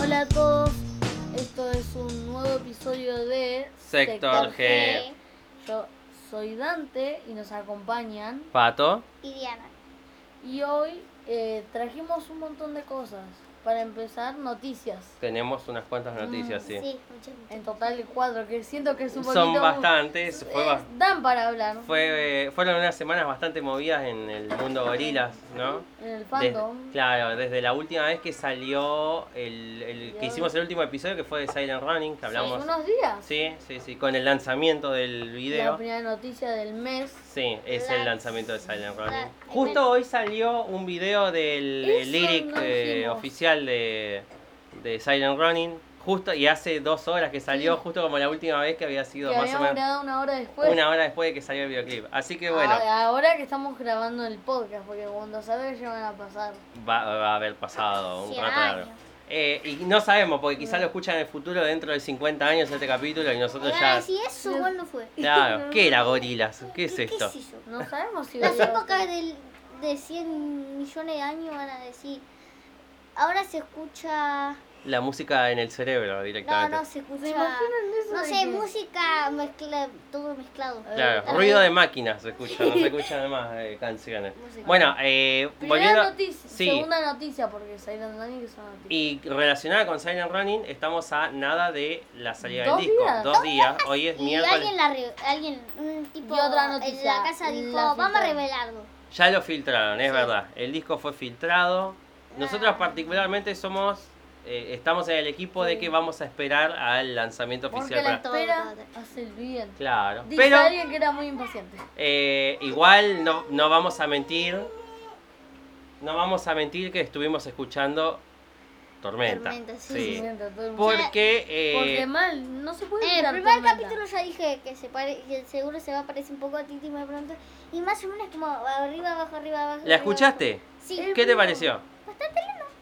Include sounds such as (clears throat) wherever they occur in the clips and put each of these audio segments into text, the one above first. Hola a todos, esto es un nuevo episodio de Sector G. G, Yo soy Dante y nos acompañan Pato. y Diana. y hoy eh, trajimos un montón de cosas. Para empezar, noticias. Tenemos unas cuantas noticias, Mm, sí. muchas gracias. En total de cuatro, que siento que es un poquito... Son bastantes. Fue, eh, bas- dan para hablar fue, fueron unas semanas bastante movidas en el mundo gorilas, ¿no? en el Des- fandom. claro, desde la última vez que salió el, el- que hicimos el último episodio que fue de Silent Running, que Hace hablamos. unos días. Sí, sí, sí, con el lanzamiento del La video. primera noticia del mes. Sí, es el lanzamiento de Silent Running. la- Justo hoy salió un video del eh, Eso lyric no eh, dijimos. oficial de, de Silent Running. Justo, y hace dos horas que salió, Sí. justo como la última vez que había sido Que más o habíamos menos grabado una hora después. una hora después de que salió el videoclip. Así que bueno, A- Ahora que estamos grabando el podcast, porque cuando sabes ya van a pasar. va, va a haber pasado un Cien rato largo. años. Eh, y no sabemos, porque quizás lo escuchan en el futuro dentro de 50 años este capítulo y nosotros Ahora, ya... si eso igual no fue. Claro, ¿qué era gorilas? ¿Qué es ¿Qué esto? es eso? No sabemos si Las va a- épocas del- de 100 millones de años van a decir. Ahora se escucha. La música en el cerebro No, directamente. no, se escucha. ¿Se imaginan eso no de sé, que- música mezcla, todo mezclado. Claro, Eh, ruido de máquinas se escucha, no se escuchan además eh, canciones. Música. Bueno, eh, Primera volviendo. noticia, sí. segunda noticia, porque Silent Running es una noticia. Y relacionada con Silent Running, estamos a nada de la salida ¿Dos del disco. días? Dos días, hoy es Y miércoles. alguien, la re- alguien, un tipo Y otra en noticia, la casa dijo, la vamos a filtraron". revelarlo. Ya lo filtraron, es Sí. verdad. El disco fue filtrado. Nosotros, Ah. particularmente, somos. eh, estamos en el equipo de que vamos a esperar al lanzamiento Porque oficial. la para- to- espera Todo, todo, todo. hace el bien. Claro, Dice pero alguien que era muy impaciente. eh, igual no, no vamos a mentir. No vamos a mentir que estuvimos escuchando Tormenta. Tormenta, sí. sí. Siento, todo el mundo. Porque, Porque eh, mal, no se puede En Eh, el evitar primer tormenta. capítulo ya dije que se pare- que seguro se va a parecer un poco a Titi más pronto. Y más o menos como arriba, abajo, arriba, abajo. ¿la arriba, escuchaste? abajo. Sí. El- ¿Qué te pareció?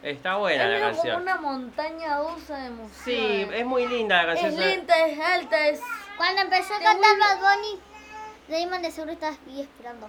Está buena Es la medio como canción. una montaña rusa de emociones. Sí, es muy linda la es, canción. lenta, es alta, es... Cuando empezó a Te cantar vuelve- Bad Bunny, Damon de seguro estaba ahí esperando.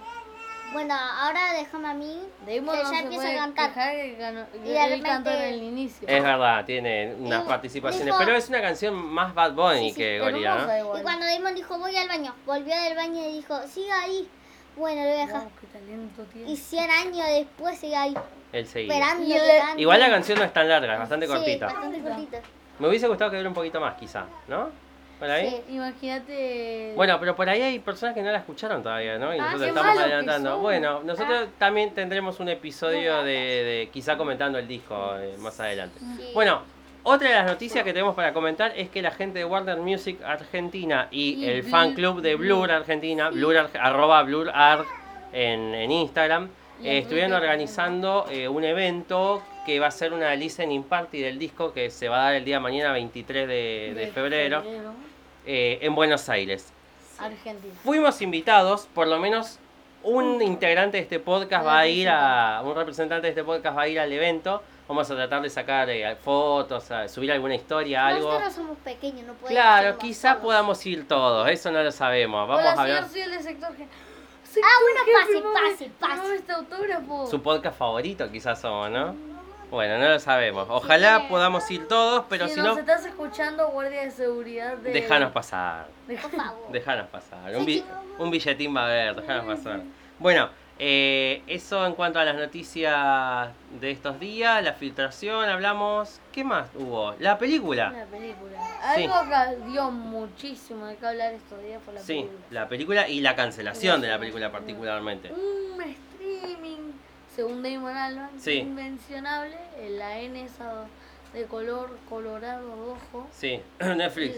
Bueno, ahora déjame a mí. Damon que no ya se empieza puede a cantar. quejar que ganó- Y de él cantó en repente- el inicio. Es verdad, tiene unas Sí, participaciones, dijo- pero es una canción más Bad Bunny Sí, sí, que Hermosa Gorila, ¿no? igual. Y cuando Damon dijo, voy al baño, volvió del baño y dijo, siga ahí. Bueno, lo voy a dejar. Wow, qué talento tiene. Y 100 años después sigue ahí, El seguido. esperando Y que el- cante. Igual la canción no es tan larga, es bastante Sí, cortita. bastante cortita. Me hubiese gustado que dure un poquito más, quizá, ¿no? ¿Por ahí? Sí. Imagínate. Bueno, pero por ahí hay personas que no la escucharon todavía, ¿no? Y Ah, nosotros qué estamos malo que adelantando. son. Ah. Bueno, nosotros también tendremos un episodio de, de quizá comentando el disco eh, más adelante. Mm. Sí. Bueno, otra de las noticias que tenemos para comentar es que la gente de Warner Music Argentina y, Y el Bl- fan club de Blur Argentina, Blur, Ar- arroba Blur Ar en, en Instagram, Y eh, en estuvieron Twitter organizando eh, un evento que va a ser una listening party del disco que se va a dar el día de mañana 23 de, de febrero eh, en Buenos Aires. Argentina. Fuimos invitados, por lo menos un integrante de este podcast va a ir a. Un representante de este podcast va a ir al evento. Vamos a tratar de sacar eh, fotos, a subir alguna historia, algo. Nosotros somos pequeños, no podemos. Claro, irnos quizá solos. podamos ir todos, eso no lo sabemos. Vamos Hola, a hablar. señor, soy el de sector G. Ah, bueno, Sector G, pase, firmame- pase, pase. firmame este autógrafo. Su podcast favorito, quizás somos, ¿no? Bueno, no lo sabemos. Ojalá podamos ir todos, pero si nos no, estás escuchando, guardia de seguridad de. déjanos pasar. Por favor. Déjanos pasar. Un, bi- un billetín va a haber, déjanos pasar. Bueno, eh, eso en cuanto a las noticias de estos días, la filtración, hablamos. ¿Qué más hubo? La película. Una película. Sí. Algo que dio muchísimo de qué hablar estos días por la Sí, película. la película y la cancelación de la película particularmente. Un streaming, según Damon Alban, Sí. invencionable. en La N esa de color colorado rojo. Sí, (clears throat) Netflix.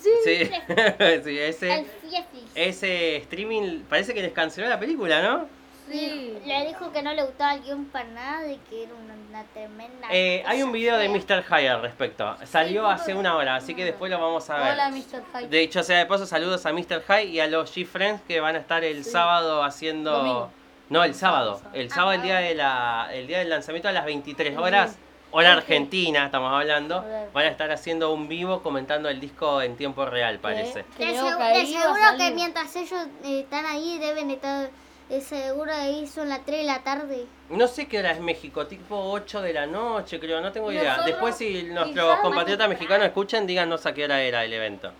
Sí, Sí, (laughs) sí El ese, Fieflis. Eh, ese streaming parece que les canceló la película, ¿no? sí. Le dijo que no le gustaba el guión para nada y que era una, una tremenda. Eh, hay un cosa video de fea. Mr. High al respecto. Salió hace una hora, así que después lo vamos a ver. Hola, Mr. Hyde. De hecho, sea de paso, saludos a Mr. High y a los G-Friends que van a estar el Sí. sábado haciendo. Domingo. No, el sábado. sábado. El sábado, el día, de la, el día del lanzamiento a las 23 horas. Sí. Hora Ok. Argentina, estamos hablando. Hola. Van a estar haciendo un vivo comentando el disco en tiempo real, parece. Que De, creo seg- que de ahí va a seguro salir. que mientras ellos eh, están ahí deben estar de seguro ahí son las 3 de la tarde. No sé qué hora es México, tipo 8 de la noche, creo, no tengo idea. Nosotros Después, si nuestros quizás compatriotas mañana- mexicanos escuchan, díganos a qué hora era el evento.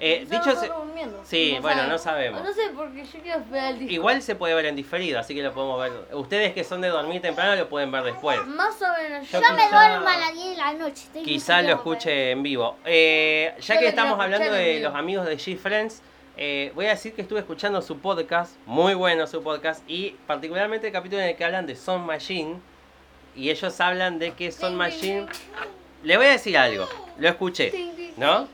Eh, Nosotros dicho se- estamos durmiendo. Sí, bueno, no sabemos. No sé, porque yo quiero ver al disco. igual se puede ver en diferido, así que lo podemos ver. Ustedes que son de dormir temprano lo pueden ver después. Más o menos. Yo Yo me Quizá- duermo a las 10 de la noche. estoy Quizás lo emocionada. escuche en vivo. Eh, Yo ya que lo estamos quiero hablando escuchar en de vivo. los amigos de G-Friends, eh, voy a decir que estuve escuchando su podcast, muy bueno su podcast, y particularmente el capítulo en el que hablan de Son Machine, y ellos hablan de que Son Machine... Le voy a decir algo, lo escuché, ¿no?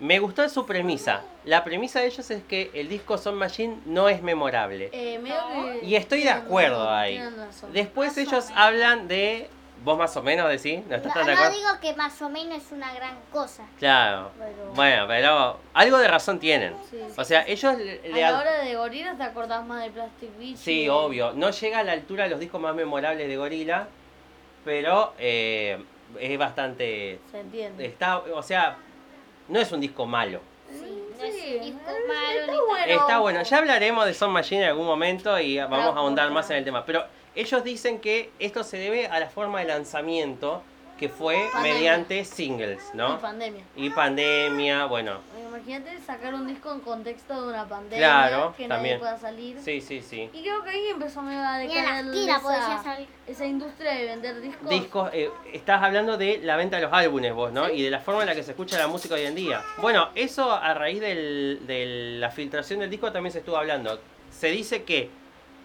Me gustó su premisa. La premisa de ellos es que el disco Son Machine no es memorable. Eh, medio que- Y estoy de acuerdo ahí. Tienen razón. Después Más o ellos menos. hablan de... Vos más o menos decís, ¿no No, estás tan de no acuerdo? digo que más o menos es una gran cosa. Claro. Pero- Bueno, pero algo de razón tienen. Sí. O sea, ellos le, A le- la hora de Gorillaz te acordás más de Plastic Beach. Sí, y- obvio. No llega a la altura de los discos más memorables de Gorila, pero eh, es bastante... Se entiende. Está, o sea, no es un disco malo. Sí, no Sí, es un disco eh, malo, está ni tan- bueno. Está bueno, ya hablaremos de Son Machine en algún momento y vamos a Ah, ahondar bueno. más en el tema. Pero ellos dicen que esto se debe a la forma de lanzamiento que fue Pandemia. mediante singles, Y ¿no? pandemia. Y pandemia, bueno. Imagínate sacar un disco en contexto de una pandemia. Claro, que nadie también. pueda salir. Sí, sí, sí. Y creo que ahí empezó medio a Ni a decaer las tiras podría esa, salir. esa industria de vender discos. discos, eh, estás hablando de la venta de los álbumes vos, ¿no? Y de la forma en la que se escucha la música hoy en día. Bueno, eso a raíz del- de la filtración del disco también se estuvo hablando. Se dice que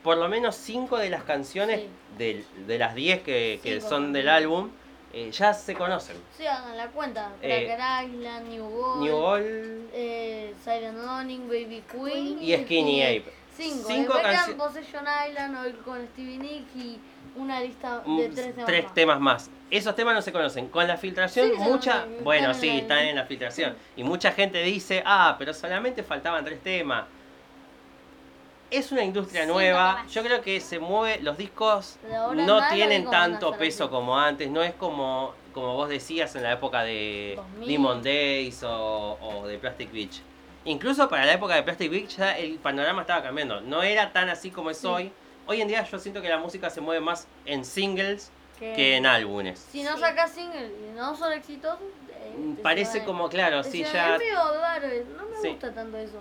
por lo menos 5 de las canciones Sí. del- de, las 10 que, que Cinco son del también. álbum eh, ya se conocen. Sí, hagan la cuenta. Eh, Cracker Island, New Gold, New All eh, Silent Morning, Baby Queen y Skinny Ape. Cinco. Cinco Después quedan cancio- Possession Island, Oil con Stevie Nicks y una lista Mm, de tres temas. más. temas más. Esos temas no se conocen. Con la filtración, Sí, se mucha. conocen, Bueno, están en sí, la- están en la filtración. Y mucha gente dice, ah, pero solamente faltaban tres temas. Es una industria Cinco nueva. temas. Yo creo que se mueve. Los discos De ahora en no más, los tienen discos van a tanto estar peso así. como antes. No es como, como vos decías en la época de 2000. Demon Days o, o de Plastic Beach. Incluso para la época de Plastic Beach ya el panorama estaba cambiando. No era tan así como es Sí. hoy. Hoy en día yo siento que la música se mueve más en singles Que- que en álbumes. Si no Sí. sacas single y no son exitosos, eh, Mm, te Parece cierran. como, claro, sí, Decían, ya. Es medio raro, eh, no me Sí. gusta tanto eso.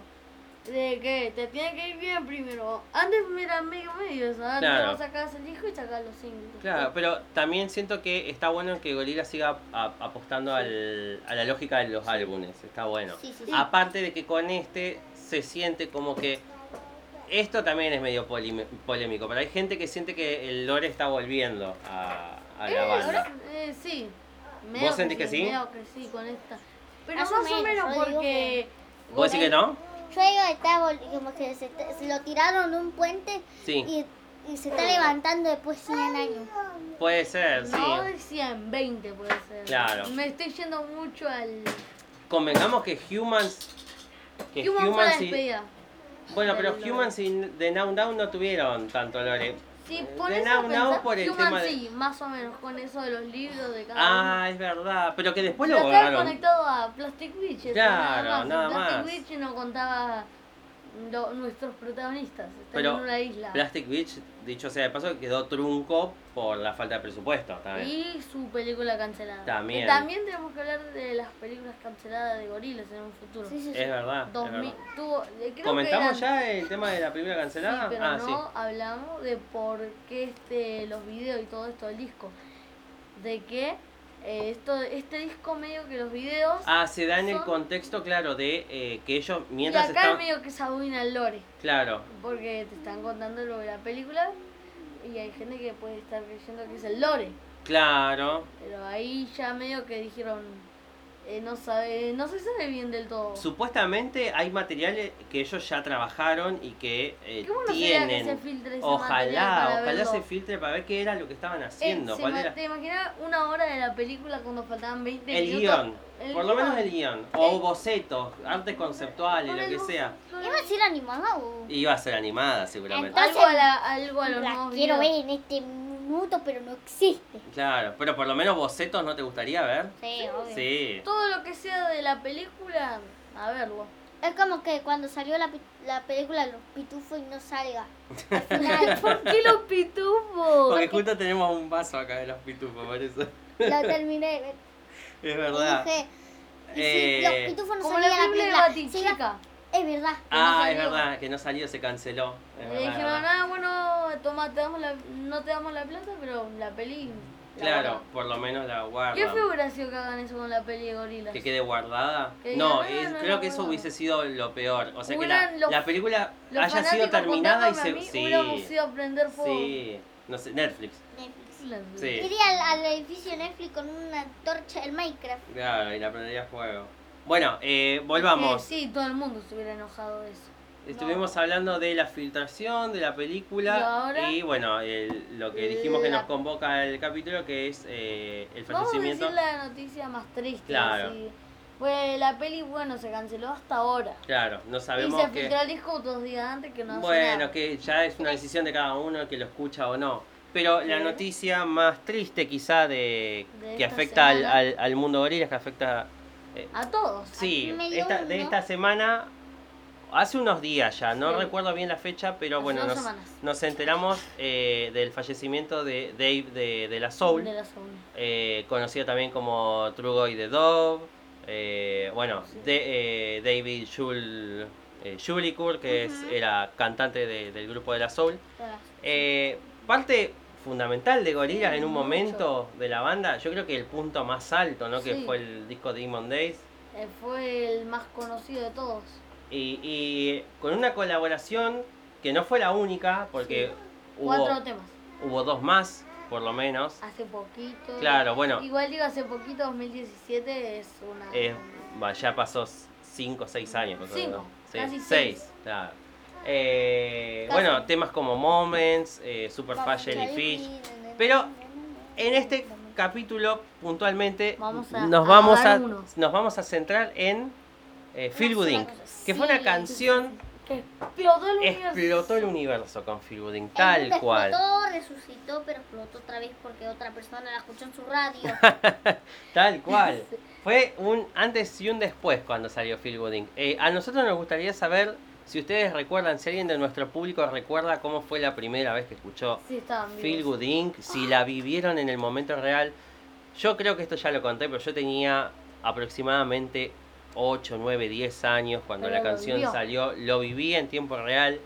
De que te tiene que ir bien primero. Antes mira medio medio eso. Antes Claro. vos sacabas el disco y sacabas los singles. Claro, pero también siento que está bueno que Gorila siga a- apostando al- a la lógica de los álbumes. Está bueno. Sí, sí, sí. Aparte de que con este se siente como que. Esto también es medio polime- polémico, pero hay gente que siente que el lore está volviendo a, a la banda. Eh, sí. Medio sentís que sí? Medio que sí con esta. Pero Más más o menos, o menos yo digo porque. ¿Vos decís que no? Yo digo que está vol- como que se, está- se lo tiraron de un puente Sí, y, y se está levantando después de 100 años. puede ser, sí. No decían 20 puede ser. Claro. Me estoy yendo mucho al. Convengamos que Humans. Que Human fue la Humans y- despedida. Bueno, pero Del lore. Humans y The Now Down no tuvieron tanto lore. Sí, Eh, por de eso Now Now pensás, por el Human tema de- sí, más o menos con eso de los libros de cada uno. Ah, es verdad. Pero que después lo Pero estaba borraron. conectado a Plastic Beach. eso, Claro, nada En Plastic más. Beach no contaba lo- nuestros protagonistas. Están Pero en una isla. Plastic Beach, dicho sea de paso, quedó trunco por la falta de presupuesto también. Y su película cancelada. También. Y también tenemos que hablar de las películas canceladas de gorilas en un futuro. Sí, sí, sí. Es verdad. Ah, es 2000, verdad. tuvo- eh, creo ¿Comentamos que eran- ya el tema de la película cancelada? Sí, pero ah, no sí. hablamos de por qué este, los videos y todo esto del disco. De que eh, esto, este disco medio que los videos... Ah, se da en el Son- contexto, claro, de eh, que ellos y mientras acá estaban. medio que se abomina el lore. Claro, Porque te están contando lo de la película y hay gente que puede estar creyendo que es el lore. claro. Pero ahí ya medio que dijeron, eh, no sabe, no se sabe bien del todo. Supuestamente hay materiales que ellos ya trabajaron y que eh, Qué bueno sería que se tienen. filtre ese material Ojalá, para ojalá verlo. se filtre para ver qué era lo que estaban Eh, haciendo. se cuál ma- era. ¿Te imaginas una hora de la película cuando faltaban 20 El minutos? guión, por lo menos el guión. O bocetos, artes conceptuales, Con lo el que bo- sea. con el- ¿Iba a ser animado? Iba a ser animada seguramente. Entonces- Algo a, la- algo a los La nuevos quiero ver videos. en este minuto, pero no existe. Claro, pero por lo menos bocetos no te gustaría ver. Sí, obvio. Sí. Todo lo que sea de la película, a verlo. Es como que cuando salió la, pi- la película Los Pitufos y no salga. Al (laughs) final, (laughs) ¿Por qué los pitufos? Porque justo tenemos un vaso acá de los pitufos, por eso. la terminé de ver. Es verdad. Y dije, y sí, Eh, Los Pitufos no Como la salían película en de la película. Sí, Batichica. es verdad. que no Ah, es salió. verdad, que no salió, se canceló. Es Le verdad, es dijeron, verdad. ah, bueno, toma, te damos la, no te damos la plata, pero la peli. la Claro, guardamos". por lo menos la ¿Qué guardan. figura sido que hagan eso con la peli de gorilas? Que quede guardada. Que No, digan, es- "Ah, no, creo no, que eso guarda". hubiese sido lo peor. O sea que la, Hubieran los- la película Los haya sido fanáticos terminada y contándome se. a mí, Hubiéramos Sí. ido a prender fuego. Sí. No sé, Netflix. Netflix. La- Sí. Iría al, al edificio Netflix con una torcha del Minecraft. Claro, y la prendería fuego. Bueno, eh, volvamos. Eh, sí, todo el mundo se hubiera enojado de eso. Estuvimos hablando de la filtración de la película ¿Y ahora? bueno, el- lo que dijimos que La- nos convoca el capítulo que es eh, el Vamos a fallecimiento. decir la noticia más triste. Claro. así. Pues la peli, bueno, se canceló hasta ahora. Claro, no Y sabemos se que filtró el disco dos días antes que no hace bueno, nada. que ya es una decisión de cada uno que lo escucha o no. Pero la Sí. noticia más triste quizá de, De que esta afecta al, semana. al- al mundo gorilas, que afecta A todos. Sí, medio esta, de mundo. esta semana, hace unos días ya, no Sí. recuerdo bien la fecha, pero Hace bueno, dos nos, semanas. nos enteramos eh, del fallecimiento de Dave de, de la Soul, De la Soul. eh, conocido también como Trugoy de Dove, eh, bueno, Sí. de, eh, David Jul, eh, Julicourt, que es, Ujú. era cantante de- del grupo de la Soul. Todas. Eh, parte fundamental de Gorillaz Sí, en un mucho. momento de la banda, yo creo que el punto más alto, ¿no? Que Sí. fue el disco Demon Days. Eh, fue el más conocido de todos. Y, y con una colaboración que no fue la única, porque Cuatro hubo, temas. hubo dos más, por lo menos. Hace poquito. Claro, bueno, Igual digo, hace poquito, 2017 es una. eh, va, ya pasó 5 o 6 años. más o Cinco, menos. Sí, casi seis, seis. claro. Eh, Casi. bueno, temas como Moments, eh, Super Fast Jellyfish. Pero En este capítulo, puntualmente, Vamos a- nos, a vamos a, dar uno. nos vamos a centrar en eh, Feel Good Inc., que fue una Sí. canción Que explotó el universo. Explotó el universo con Phil Gooding, El tal mundo cual. Explotó, resucitó, pero explotó otra vez porque otra persona la escuchó en su (laughs) radio. Tal (laughs) cual. Fue un antes y un después cuando salió Phil Gooding. Eh, a nosotros nos gustaría saber si ustedes recuerdan, si alguien de nuestro público recuerda cómo fue la primera vez que escuchó Sí, estaban Phil vivos. Gooding, si la vivieron en el momento real. Yo creo que esto ya lo conté, pero yo tenía aproximadamente 8, 9, 10 años cuando Pero la lo canción vivió. salió. Lo viví en tiempo real.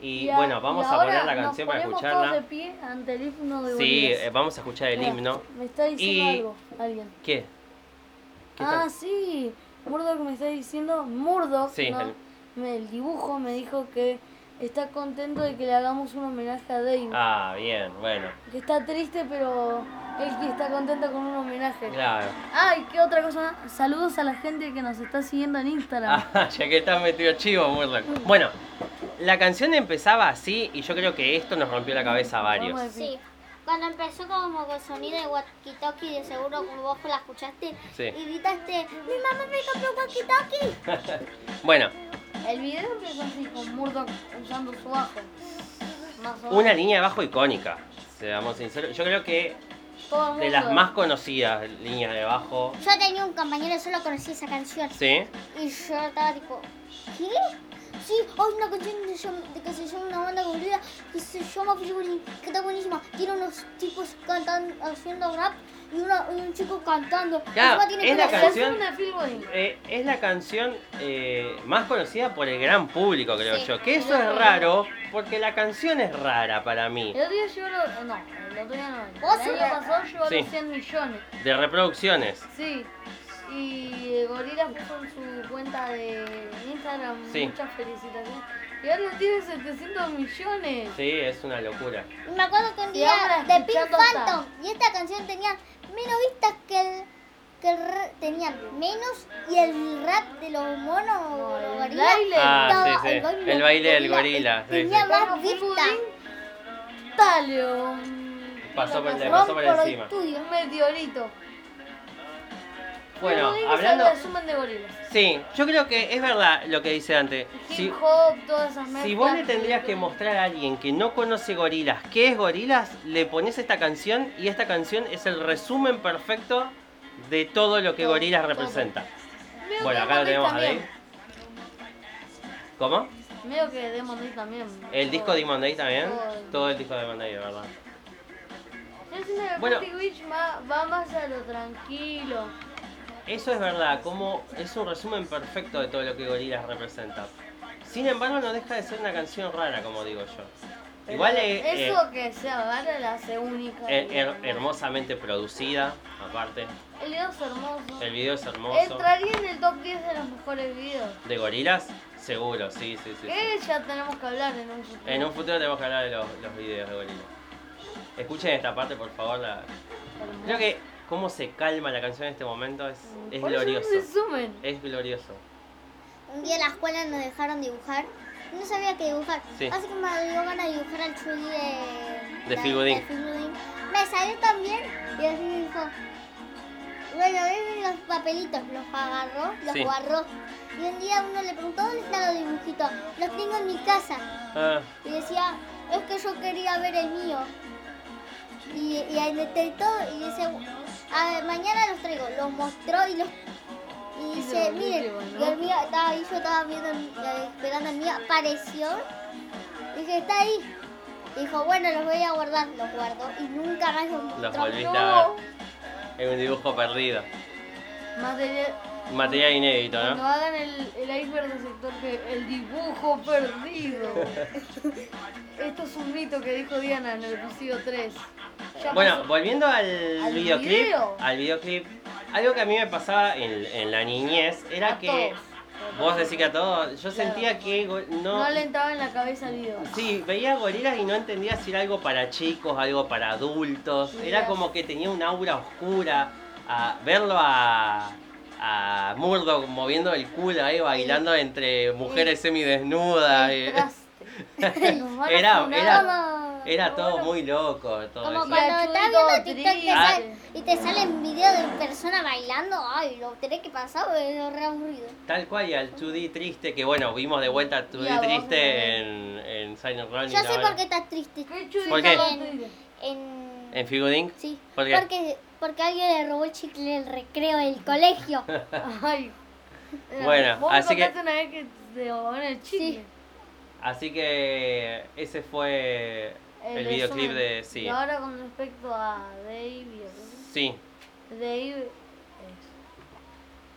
Y, a- bueno, vamos a ahora poner la canción nos para ponemos escucharla. Todos de pie ante el himno de Sí, Bolivia. eh, vamos a escuchar el Mira, himno. Me está diciendo Y- algo, alguien. ¿Qué? ¿Qué Ah, tal? sí, Murdoch me está diciendo, Murdoch, Sí, ¿no? el- Me- el dibujo me dijo que está contento de que le hagamos un homenaje a Dave. Ah, bien, bueno. Que está triste, pero él que está contento con un homenaje. Claro. Ay, qué otra cosa. más? Saludos a la gente que nos está siguiendo en Instagram. Ah, (laughs) ya que estás metido chivo, Murdoch. Bueno, la canción empezaba así y yo creo que esto nos rompió la cabeza a varios. Vamos Sí. Cuando empezó como con sonido de walkie-talkie, de seguro que vos la escuchaste Sí. y gritaste, mi mamá me compró un walkie-talkie. (laughs) Bueno, El video empezó así con Murdoch usando su bajo. Más o una menos. línea de bajo icónica, seamos sinceros. Yo creo que Todo el de las mundo. más conocidas líneas de bajo. Yo tenía un compañero, solo conocía esa canción. ¿Sí? Y yo estaba tipo, ¿qué? Sí, hay una canción de, llam- de que se llama una banda aburrida que se llama Figurín, que está buenísima. Tiene unos chicos cantando, haciendo rap y, una- y un chico cantando. Claro, Encima tiene es la O sea, pelos- es canción- una Phil Godin. Eh, es la canción eh, más conocida por el gran público, creo Sí. yo. Que eso es raro, porque la canción es rara para mí. El otro día llegó lo- No, el otro día no. ¿Vos el sabés? año pasado llegó a Sí. los 100 millones. De reproducciones. Sí. Y Gorila puso en su cuenta de Instagram Sí. muchas felicitaciones. Y ahora tiene 700 millones. Sí, es una locura. Y Me acuerdo que un Y día ahora de Pink escuchando Phantom y esta canción tenía menos vistas que el que el re- tenían menos y el rap de los monos No, los el gorilas, baile. Ah, estaba- sí, sí. baile, El baile del gorila, sí, tenía sí. Pero más Phil vistas Godin, Talio. mm, Pasó por- ¿qué le pasó? pasó por Ron encima. estudio. Un meteorito. Phil Bueno, Godin es hablando. el resumen de gorilas. Sí, yo creo que es verdad lo que dice Dante. Si, Hip hop, todas esas mezclas. si vos le tendrías que mostrar a alguien que no conoce gorilas qué es gorilas, le pones esta canción y esta canción es el resumen perfecto de todo lo que Todo, gorilas todo. representa. Veo Bueno, que acá lo Mames tenemos a también. Dave. ¿Cómo? Medio que Demon Day también. ¿El disco de Demon Day también? Todo. Todo el disco de Demon Day, de verdad. Yo siento que Bueno. Plastic Beach va, va más a lo tranquilo. Eso es verdad, como es un resumen perfecto de todo lo que Gorillaz representa. Sin embargo, no deja de ser una canción rara, como digo yo. Igual es eh, Eso que sea vara la hace única. her- her- hermosamente producida, aparte. El video es hermoso. El video es hermoso. Entraría en el top 10 de los mejores videos. ¿De gorilas? Seguro, sí, sí, sí. Eh, sí. Que Eh, ya tenemos que hablar en un futuro. En un futuro tenemos que hablar de los, los videos de gorilas. Escuchen esta parte, por favor. la- Hermoso. Creo que cómo se calma la canción en este momento es, es Mm, Por eso no glorioso. se sumen. Es glorioso. Un día en la escuela nos dejaron dibujar. No sabía qué dibujar. Sí. Así que me dio ganas de dibujar al Chuli de... De Filbudín. Filbudín. Me salió también y así me dijo... Bueno, ven los papelitos, los agarró, los Sí. guardó. Y un día uno le preguntó, ¿dónde están los dibujitos? Los tengo en mi casa. Ah, Y decía, es que yo quería ver el mío. Y, y ahí le intentó y dice, "A- mañana los traigo. Los mostró y los... Y Y se dice, volvió miren, igual, ¿no? y el mío estaba ahí, yo estaba viendo, el- eh, esperando el mío, apareció. Dije, está ahí. Dijo, bueno, los voy a guardar. Los guardó y nunca más los mostró. los volviste a No. ver. Es un dibujo perdido. Material, Material inédito, cuando ¿no? hagan el, el iceberg del sector que el dibujo (laughs) perdido. Esto es un mito que dijo Diana en el episodio 3. Ya Bueno, pasó. volviendo al, ¿Al videoclip, video? al videoclip, algo que a mí me pasaba en, en la niñez era A que todos. vos decís que a todos, Claro. yo sentía que go- no, no le entraba en la cabeza el video. (laughs) sí, veía gorilas y no entendía si era algo para chicos, algo para adultos, era Mirá. como que tenía un aura oscura, a verlo a a Murdoch moviendo el culo ahí bailando entre mujeres semidesnudas, eh, El traste. Nos van a Era- funar. era- Como, (laughs) era todo Bueno. muy loco, todo como eso. pa- cuando estás Cachurro, viendo TikTok te triste. sale- y te salen videos de personas bailando. Ay, lo tenés que pasar porque es re aburrido. Tal cual, y al 2D triste, que bueno, vimos de vuelta a 2D Y a vos, triste en, ¿no? en Silent Run. y Yo la sé verdad- por qué estás triste. Qué chulita ¿Por qué? la tuya. En... ¿En Figudink? Sí. ¿Por qué? Porque, porque alguien le robó el chicle del recreo del colegio. Ay. Bueno, Vos así me contaste que- una vez que te robaron el chicle. Sí. Así que ese fue el, resumen. videoclip de... Sí, Y ahora con respecto a David. sí, Dave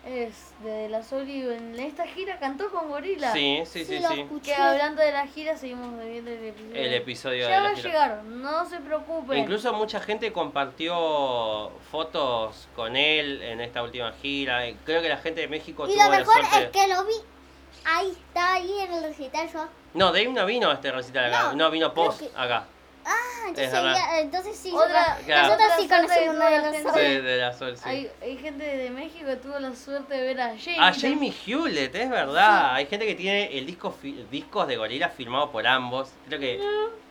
es, es de la Soli. En esta gira cantó con Gorila. sí, (laughs) sí, sí, lo sí. escuché. Que hablando de la gira, seguimos viendo el episodio. El Ya episodio de va a la gira. llegar, no se preocupen. Incluso mucha gente compartió fotos con él en esta última gira. y Creo que la gente de México Y tuvo lo la mejor suerte... es que lo vi. Ahí está, ahí en el recital yo. ah, No, Dave no vino a este recital acá. No, No, vino creo post que- acá. Ah, entonces, Es verdad. ya- entonces sí. Otra- nosotros- Claro. Nosotros sí otra suerte conocemos de una de toda la las gente. otras. De, de la Sol, sí. Hay, hay gente de México que tuvo la suerte de ver a Jamie. Ah, Jamie Hewlett, es verdad. Hay gente que tiene el disco fi- discos de gorilas firmado por ambos. Creo que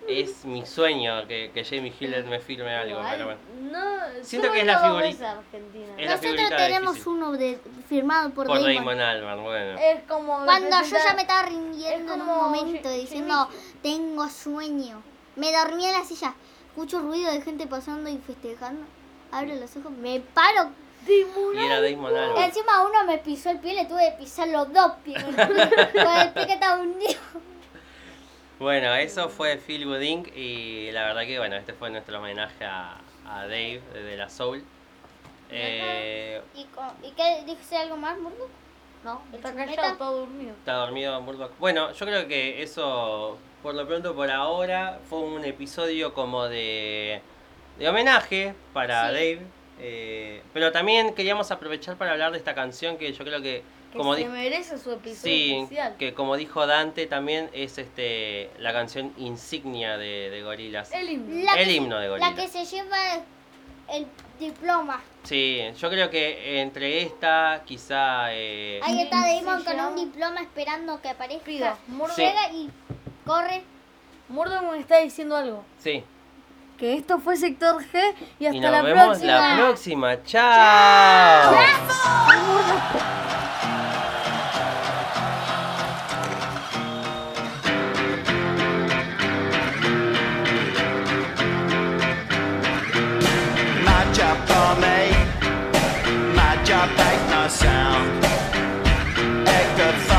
es mi sueño que, que Jamie Hewlett me firme algo. Igual, pero bueno. No, Siento solo que es la una vez figurita. Argentina. Es la Nosotros figurita tenemos difícil. uno de, firmado por, Por Damon. Eh, Damon Albarn, bueno. Es como. Cuando yo ya representar- me estaba rindiendo es en un como momento Jim- diciendo, tengo sueño. Me dormí en la silla. Escucho ruido de gente pasando y festejando. Abro los ojos, me paro. Dimmu- Y era Damon Albarn. Encima uno me pisó el pie, le tuve que pisar los dos (laughs) pies. Con el pie que estaba hundido. Bueno, eso fue Phil Good Inc. Y la verdad que, bueno, este fue nuestro homenaje a, a Dave de la Soul. Eh, ¿Y, co- y qué? ¿Dijiste algo más, Murdo? No, Está callado, está dormido. Está dormido Murdoch. Bueno, yo creo que eso, por lo pronto, por ahora, fue un episodio como de, de homenaje para Sí. Dave. Eh, pero también queríamos aprovechar para hablar de esta canción que yo creo que, Que como se dijo merece su episodio sí, especial. que como dijo Dante también es este la canción insignia de, de Gorilas. El himno. La, el que, himno de la que Gorilas. se lleva el diploma. Sí, yo creo que entre esta, quizá eh, Ahí está Sí, Damon sí, con yo- un diploma esperando que aparezca. Pido. Murdoch Sí. Llega y corre. Murdoch me está diciendo algo. sí. Que esto fue Sector G y hasta Y nos la vemos próxima. la próxima. ¡Chao! My job for me, my job ain't no sound. It could